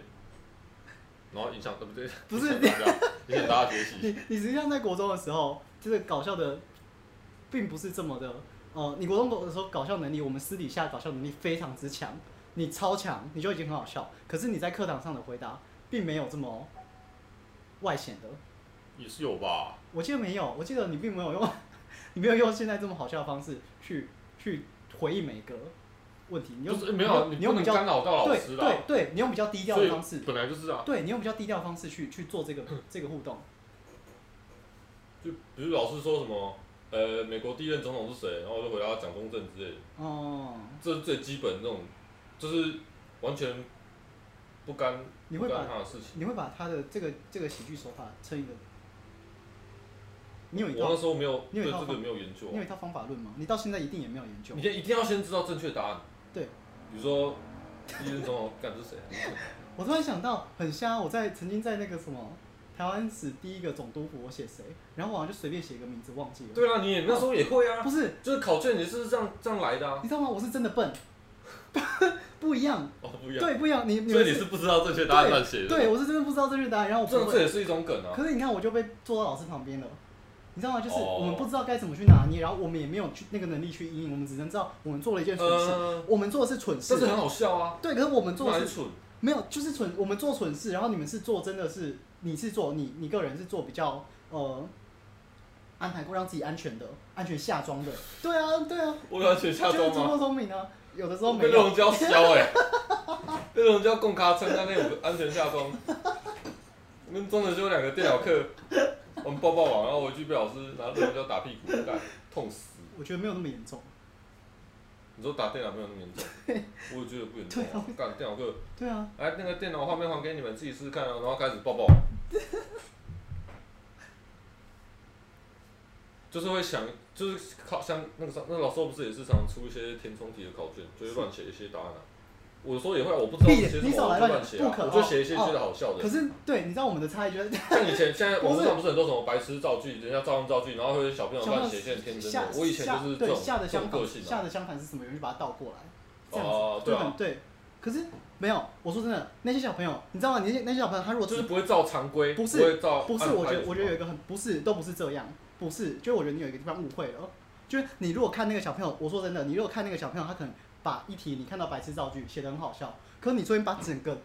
S1: 然后影响对呃不对？
S2: *laughs* 不是
S1: 影响大家，影响大家学习。
S2: 你你实际上在国中的时候，就是搞笑的，并不是这么的。呃，你国中的时候搞笑能力，我们私底下搞笑能力非常之强，你超强，你就已经很好笑。可是你在课堂上的回答，并没有这么外显的。
S1: 也是有吧？
S2: 我记得没有，我记得你并没有用， *laughs* 你没有用现在这么好笑的方式去去回应每个问题，你
S1: 就
S2: 用
S1: 是哎没有，啊
S2: 你
S1: 你
S2: 用
S1: 不能
S2: 你用比较
S1: 干扰到老
S2: 对
S1: 师啦
S2: 对。对，你用比较低调
S1: 所
S2: 的
S1: 以
S2: 方式，
S1: 本来就是啊，
S2: 对你用比较低调的方式去去做这个这个互动，
S1: 就比如老师说什么，呃，美国第一任总统是谁，然后我就回答他蒋中正之类的。
S2: 哦、
S1: 这是最基本的那种，就是完全不干
S2: 你会
S1: 不
S2: 把
S1: 干他的事情。
S2: 你会把他的这个这个喜剧手法称一个，你有一
S1: 我
S2: 套
S1: 那时候没有
S2: 你有
S1: 对
S2: 一
S1: 这
S2: 套
S1: 个
S2: 方
S1: 没有研究
S2: 你
S1: 啊、
S2: 有一套方法论吗？你到现在一定也没有研究
S1: 你。一定要先知道正确答案。
S2: 对，
S1: 比如说第一任总统干是
S2: *laughs*
S1: 谁啊？
S2: 我突然想到，很瞎，我在曾经在那个什么台湾史第一个总督府，我写谁，然后我好像就随便写一个名字忘记了。
S1: 对啊，你也那时候也会啊
S2: 不，是，
S1: 就是考卷也是这样这样来的啊。
S2: 你知道吗？我是真的笨， *laughs* 不一样，
S1: 哦，不一样，
S2: 对，不一样。你你
S1: 所
S2: 们
S1: 以你是不知道正确答案乱写的。
S2: 对，我是真的不知道正确答案，然后我
S1: 这这
S2: 不会。
S1: 也是一种梗啊。
S2: 可是你看，我就被坐到老师旁边了。你知道吗？就是
S1: 哦
S2: 我们不知道该怎么去拿捏，然后我们也没有去那个能力去应应，我们只能知道我们做了一件蠢事，
S1: 呃，
S2: 我们做的是蠢事
S1: 但是，很好笑啊，
S2: 对，可是我们做
S1: 哪
S2: 的
S1: 里
S2: 是
S1: 蠢？
S2: 没有，就是蠢，我们做蠢事，然后你们是做真的是你是做你你个人是做比较呃安排过让自己安全的、安全下装的，对啊，对啊，
S1: 我完全下
S2: 就是
S1: 装
S2: 足
S1: 吗？
S2: 够聪明啊，有的时候
S1: 我
S2: 没
S1: 被
S2: 有，
S1: 龙椒削哎，被龙椒供咖撑在那五个安全下装。我们中的就有两个电脑课，我们抱抱网，然后回去被老师拿龙椒打屁股，干痛死。
S2: 我觉得没有那么严重，
S1: 你说打电脑没有那么严重， *laughs* 我也觉得不严重、啊。干电脑课，
S2: 对啊，
S1: 哎，那个电脑画面还给你们自己试试看啊，然后开始抱 *laughs* 抱。就是会想，就是考像那个时候，那老师不是也是常出一些填充题的考卷，就是乱写一些答案啊。我说也会啊，我不知道
S2: 闭
S1: 写什么，
S2: 你少
S1: 我
S2: 来
S1: 就
S2: 乱
S1: 乱
S2: 写
S1: 写啊，
S2: 不可
S1: 我就写一些
S2: 哦
S1: 觉得好笑的
S2: 可。是对，你知道我们的差异就是
S1: 像以前现在网
S2: 不
S1: 络
S2: 是
S1: 上不是很多什么白痴造句，人家照样造句，然后会有小朋友
S2: 小朋
S1: 乱
S2: 友
S1: 写一些很天真
S2: 下
S1: 的。我以前
S2: 下
S1: 就是这
S2: 对
S1: 种
S2: 下的
S1: 这
S2: 相
S1: 种
S2: 反
S1: 个性
S2: 下
S1: 啊。
S2: 的相反是什么？有人就把它倒过来，这样子，
S1: 哦，对
S2: 就很
S1: 啊，
S2: 对。可是没有，我说真的，那些小朋友，你知道吗？那些那些小朋友，他如果
S1: 就
S2: 只
S1: 是不会照常规，
S2: 不是
S1: 会照
S2: 不是，
S1: 按
S2: 我
S1: 排
S2: 觉得
S1: 序
S2: 我觉得
S1: 嘛
S2: 有一个很不是，都不是这样，不是，就是我觉得你有一个地方误会了，哦就是你如果看那个小朋友，我说真的，你如果看那个小朋友，他可能把一题你看到白痴造句写的很好笑，可是你昨天把整个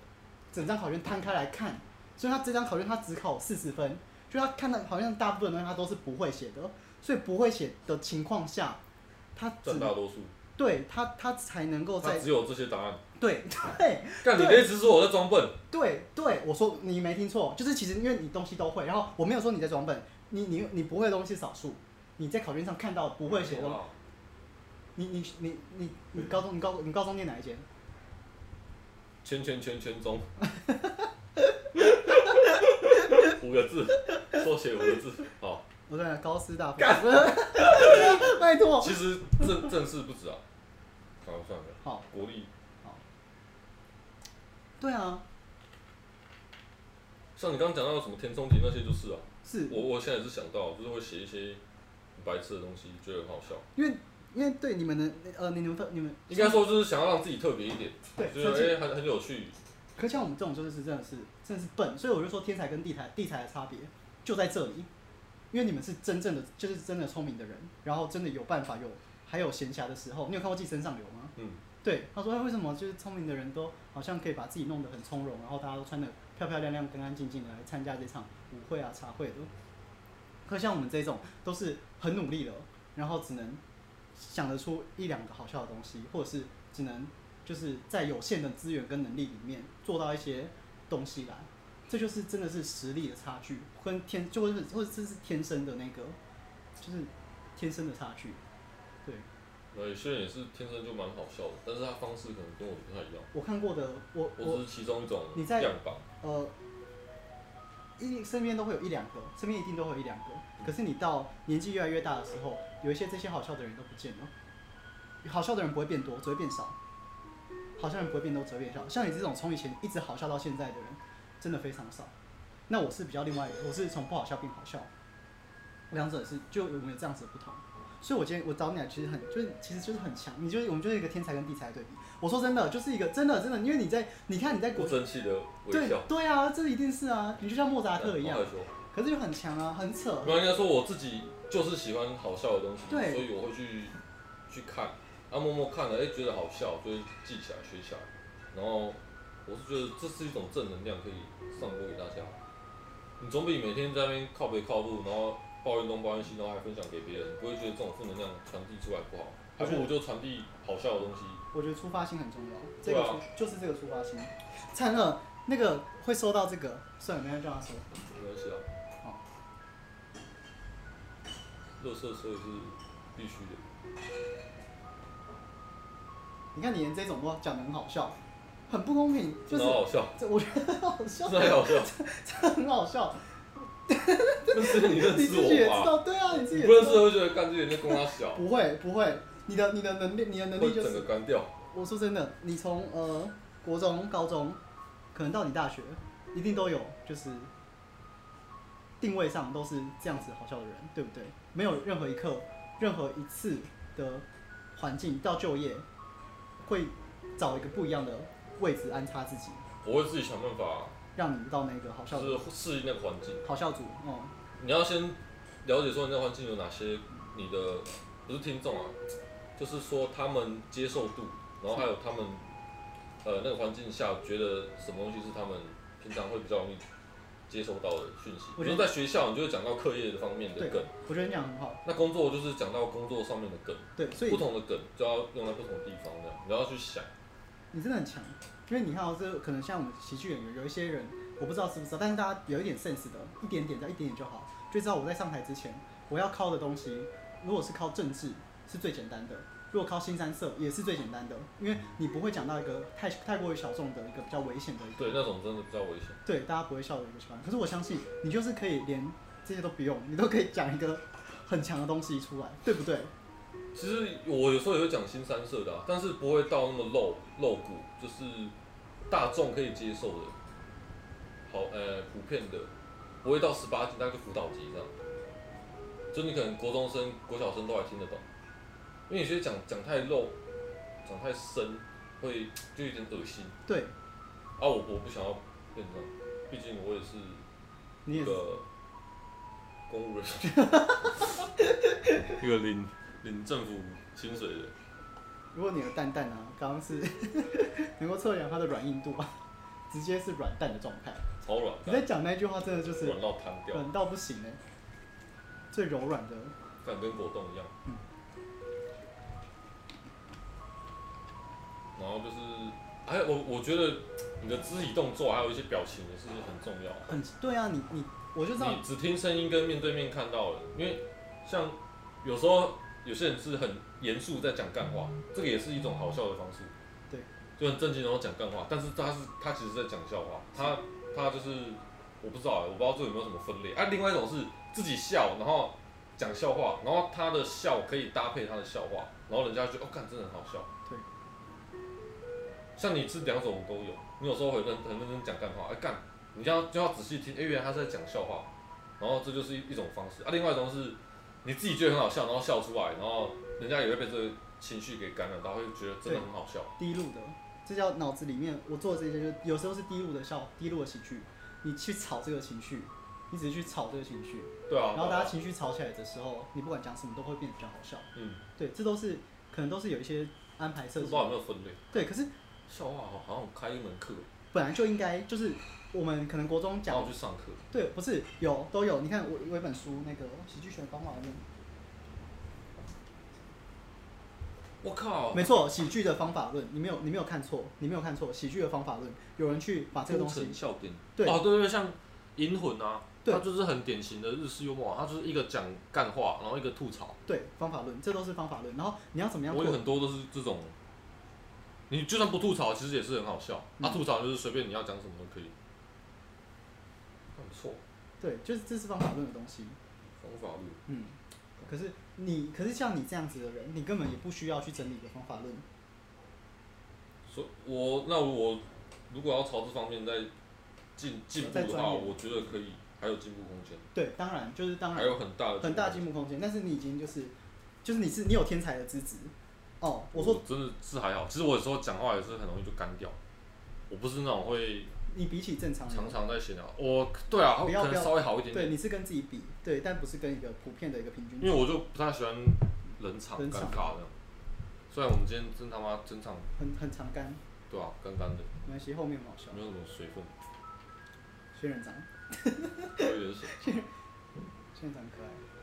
S2: 整张考卷摊开来看，所以他这张考卷他只考四十分，就他看到好像大部分的东西他都是不会写的，哦所以不会写的情况下，他只
S1: 啊占大多数，
S2: 对他他才能够
S1: 他
S2: 在
S1: 只有这些答案。
S2: 对 *laughs* 对
S1: 干，你
S2: 对
S1: 的意思是说我在装笨？
S2: 对对，我说你没听错，就是其实因为你东西都会，然后我没有说你在装
S1: 啊
S2: 笨，你你你不会的东西少数，你在考卷上看到不会写的东西，
S1: 哦
S2: 你你你你你高中你高你高中念哪一间？
S1: 圈圈圈圈
S2: *laughs*
S1: 中，五个字，缩写五个字。好，
S2: 我在高师大附近。 *laughs* 拜托。
S1: 其实正正式不止啊，好算了，
S2: 好，
S1: 国立
S2: 对啊，
S1: 像你刚刚讲到什么填充题那些就是啊，
S2: 是
S1: 我我现在也是想到，就是会写一些很白痴的东西，觉得很好笑。
S2: 因为因为对你们的呃，你们特你们
S1: 应该说就是想要让自己特别一点，
S2: 对
S1: 就
S2: 设计
S1: 是哎很很有趣，
S2: 可像我们这种就是真的是真的是笨，所以我就说天才跟地才地才的差别就在这里，因为你们是真正的就是真的聪明的人，然后真的有办法有还有闲暇的时候，你有看过《寄生上流》吗？
S1: 嗯，
S2: 对，他说、哎、为什么就是聪明的人都好像可以把自己弄得很从容，然后大家都穿的漂漂亮亮、干干净净的来参加这场舞会啊、茶会的。可像我们这种都是很努力了，哦然后只能想得出一两个好笑的东西，或者是只能就是在有限的资源跟能力里面做到一些东西来，这就是真的是实力的差距，跟天就或是或者这是天生的那个，就是天生的差距。对
S1: 那有些人也是天生就蛮好笑的，但是他方式可能跟我不太一样，
S2: 我看过的，我
S1: 我
S2: 我
S1: 只是其中一种
S2: 你在
S1: 样板。
S2: 呃，一身边都会有一两个，身边一定都会有一两个。可是你到年纪越来越大的时候，有一些这些好笑的人都不见了，好笑的人不会变多，只会变少。好笑人不会变多，只会变少。像你这种从以前一直好笑到现在的人，真的非常少。那我是比较另外一个，我是从不好笑变好笑，两者是就有没有这样子的不同。所以我今天我找你来，其实很就是其实就是很强，你就是我们就是一个天才跟地才的对比。我说真的，就是一个真的真的，因为你在你看你在国
S1: 不争气的微
S2: 对
S1: 笑，嗯
S2: 对啊，这一定是啊，你就像莫扎特一样
S1: 好害，羞
S2: 可是就很强啊，很扯。
S1: 没有，应该说我自己就是喜欢好笑的东西，
S2: 对
S1: 所以我会去去看，啊，默默看了，哎、觉得好笑，就会记起来、学起来。然后我是觉得这是一种正能量，可以散播给大家。你总比每天在那边靠北靠路，然后抱怨东抱怨西，然后还分享给别人，你不会觉得这种负能量传递出来不好？还不如就传递好笑的东西。
S2: 我觉得出发心很重要，这
S1: 对
S2: 个
S1: 啊
S2: 出、就是这个出发心。灿乐那个会收到这个，算了，没人叫他哦说。
S1: 没关系啊。
S2: 好。
S1: 乐色所以啊是必须的，
S2: 你看你连这种都讲的很好笑，很不公平，就
S1: 真
S2: 是
S1: 的好笑，
S2: 这我觉得很好笑
S1: 真，的好笑。
S2: 这很好笑。
S1: 但是你认
S2: 你
S1: 识
S2: 自己也
S1: 我
S2: 知
S1: 吧？
S2: 道，对啊，你自己
S1: 你
S2: 也
S1: 不认
S2: 知
S1: 识
S2: 道。
S1: 会觉得干这个人在跟他小，
S2: 不会不会，你的你的能力你的能
S1: 会
S2: 力就
S1: 整个
S2: 是，
S1: 干掉。
S2: 我说真的，你从呃国中、高中，可能到你大学，一定都有就是定位上都是这样子好笑的人，对不对？没有任何一刻、任何一次的环境到就业，会找一个不一样的位置安插自己，
S1: 我会自己想办法，
S2: 让你到那个好笑
S1: 就是适应那个环境。
S2: 好笑组哦、
S1: 你要先了解说你那环境有哪些，你的不是听众啊，就是说他们接受度，然后还有他们呃那个环境下觉得什么东西是他们平常会比较容易接收到的讯息。
S2: 我
S1: 比如
S2: 觉得
S1: 在学校，你就会讲到课业的方面的
S2: 对
S1: 梗；，
S2: 我觉得你讲得很好，
S1: 那工作就是讲到工作上面的梗，
S2: 对，所以
S1: 不同的梗就要用在不同的地方，这样你要去想。
S2: 你真的很强，因为你看到这可能像我们喜剧演员有一些人，我不知道知不知道，但是大家有一点 sense 的，一点点，再一点点就好，就知道我在上台之前我要靠的东西，如果是靠政治是最简单的，如果靠新三色也是最简单的，因为你不会讲到一个太太过于小众的一个比较危险的一个
S1: 对，那种真的比较危险。
S2: 对大家不会笑的一个情况。可是我相信你就是可以连这些都不用，你都可以讲一个很强的东西出来，对不对？
S1: 其实我有时候也会讲新三色的、啊，但是不会到那么露露骨，就是大众可以接受的，好呃普遍的，不会到十八级，那就辅导级这样。就你可能国中生、国小生都还听得懂，因为有些讲讲太露，讲太深，会就有点恶心
S2: 对，
S1: 啊！我我不想要变成这样，毕竟我也是
S2: 你
S1: 一
S2: 也是
S1: 个公务人
S2: *laughs*
S1: 员，一个领领政府薪水的。
S2: 如果你的蛋蛋啊，刚刚是 *laughs* 能够测量它的软硬度啊，直接是软蛋的状态。
S1: 超软
S2: 你在
S1: 的，
S2: 讲那句话，真的就是
S1: 软到瘫掉，
S2: 软到不行哎、最柔软的。
S1: 感跟果冻一样。
S2: 嗯
S1: 然后就是，还有我我觉得你的肢体动作还有一些表情也是很重要。
S2: 很对啊，你你我就知道
S1: 你只听声音跟面对面看到了，因为像有时候有些人是很严肃在讲干话，这个也是一种好笑的方式。
S2: 嗯对，
S1: 就很正经然后讲干话，但是他是他其实在讲笑话，他他就是我不知道欸，我不知道这有没有什么分类。啊，另外一种是自己笑，然后讲笑话，然后他的笑可以搭配他的笑话，然后人家就觉得哦，看真的很好笑。
S2: 对，
S1: 像你这两种都有，你有时候很认很认真讲干话，哎、干，你要就要仔细听，哎、原来他是在讲笑话，然后这就是一一种方式啊。另外一种是你自己觉得很好笑，然后笑出来，然后人家也会被这个情绪给感染到，会觉得真的很好笑。
S2: 低路的，这叫脑子里面我做的这些，就有时候是低路的笑，低路的喜剧，你去炒这个情绪，你只是去炒这个情绪，
S1: 对啊，
S2: 然后大家
S1: 对啊
S2: 情绪炒起来的时候，你不管讲什么都会变得比较好笑。
S1: 嗯，
S2: 对，这都是可能都是有一些安排
S1: 不
S2: 设
S1: 知
S2: 计
S1: 道。有没有分类，
S2: 对，可是
S1: 笑话好好像开一门课，
S2: 本来就应该就是我们可能国中
S1: 然
S2: 讲
S1: 后去上课，
S2: 对，不是有都有。你看我有一本书，那个《喜剧学方法论》，
S1: 我靠，
S2: 没错，《喜剧的方法论》，你没有你没有看错，你没有看错，《喜剧的方法论》有人去把这个
S1: 铺
S2: 东西
S1: 陈笑点，
S2: 对
S1: 哦对对，对像银魂啊，
S2: 对
S1: 它就是很典型的日式幽默啊，它就是一个讲干话，然后一个吐槽。
S2: 对方法论，这都是方法论。然后你要怎么样
S1: 我
S2: 做
S1: 有？很多都是这种，你就算不吐槽，其实也是很好笑。啊，
S2: 嗯
S1: 吐槽就是随便你要讲什么都可以，很不错，
S2: 对，就是这是方法论的东西。
S1: 方法论。
S2: 嗯，可是你可是像你这样子的人，你根本也不需要去整理一个方法论。
S1: 所以我那我如果要朝这方面再进进步
S2: 再
S1: 的话，
S2: 钻研
S1: 我觉得可以，还有进步空间，
S2: 对，当然就是当
S1: 还
S2: 然
S1: 有很大的
S2: 很大
S1: 进
S2: 进步空间，但是你已经就是就是你是你有天才的资质。哦，
S1: 步
S2: 我
S1: 空间。
S2: 说
S1: 真的是还好，其实我有时候讲话也是很容易就干掉，我不是那种会
S2: 你比起正常人，
S1: 常常在闲聊。我对啊，
S2: 不要
S1: 可
S2: 不
S1: 能
S2: 要
S1: 稍微好一点
S2: 对，
S1: 点，
S2: 你是跟自己比，对，但不是跟一个普遍的一个平均
S1: 因为我就不太喜欢冷场尴
S2: 冷场
S1: 尬这样。虽然我们今天真他妈真场
S2: 很很常干，
S1: 对啊，干干的，
S2: 没关系，后面很好笑。
S1: 没有什么水分，
S2: 仙人掌，
S1: 有点水。
S2: 仙人掌很可爱。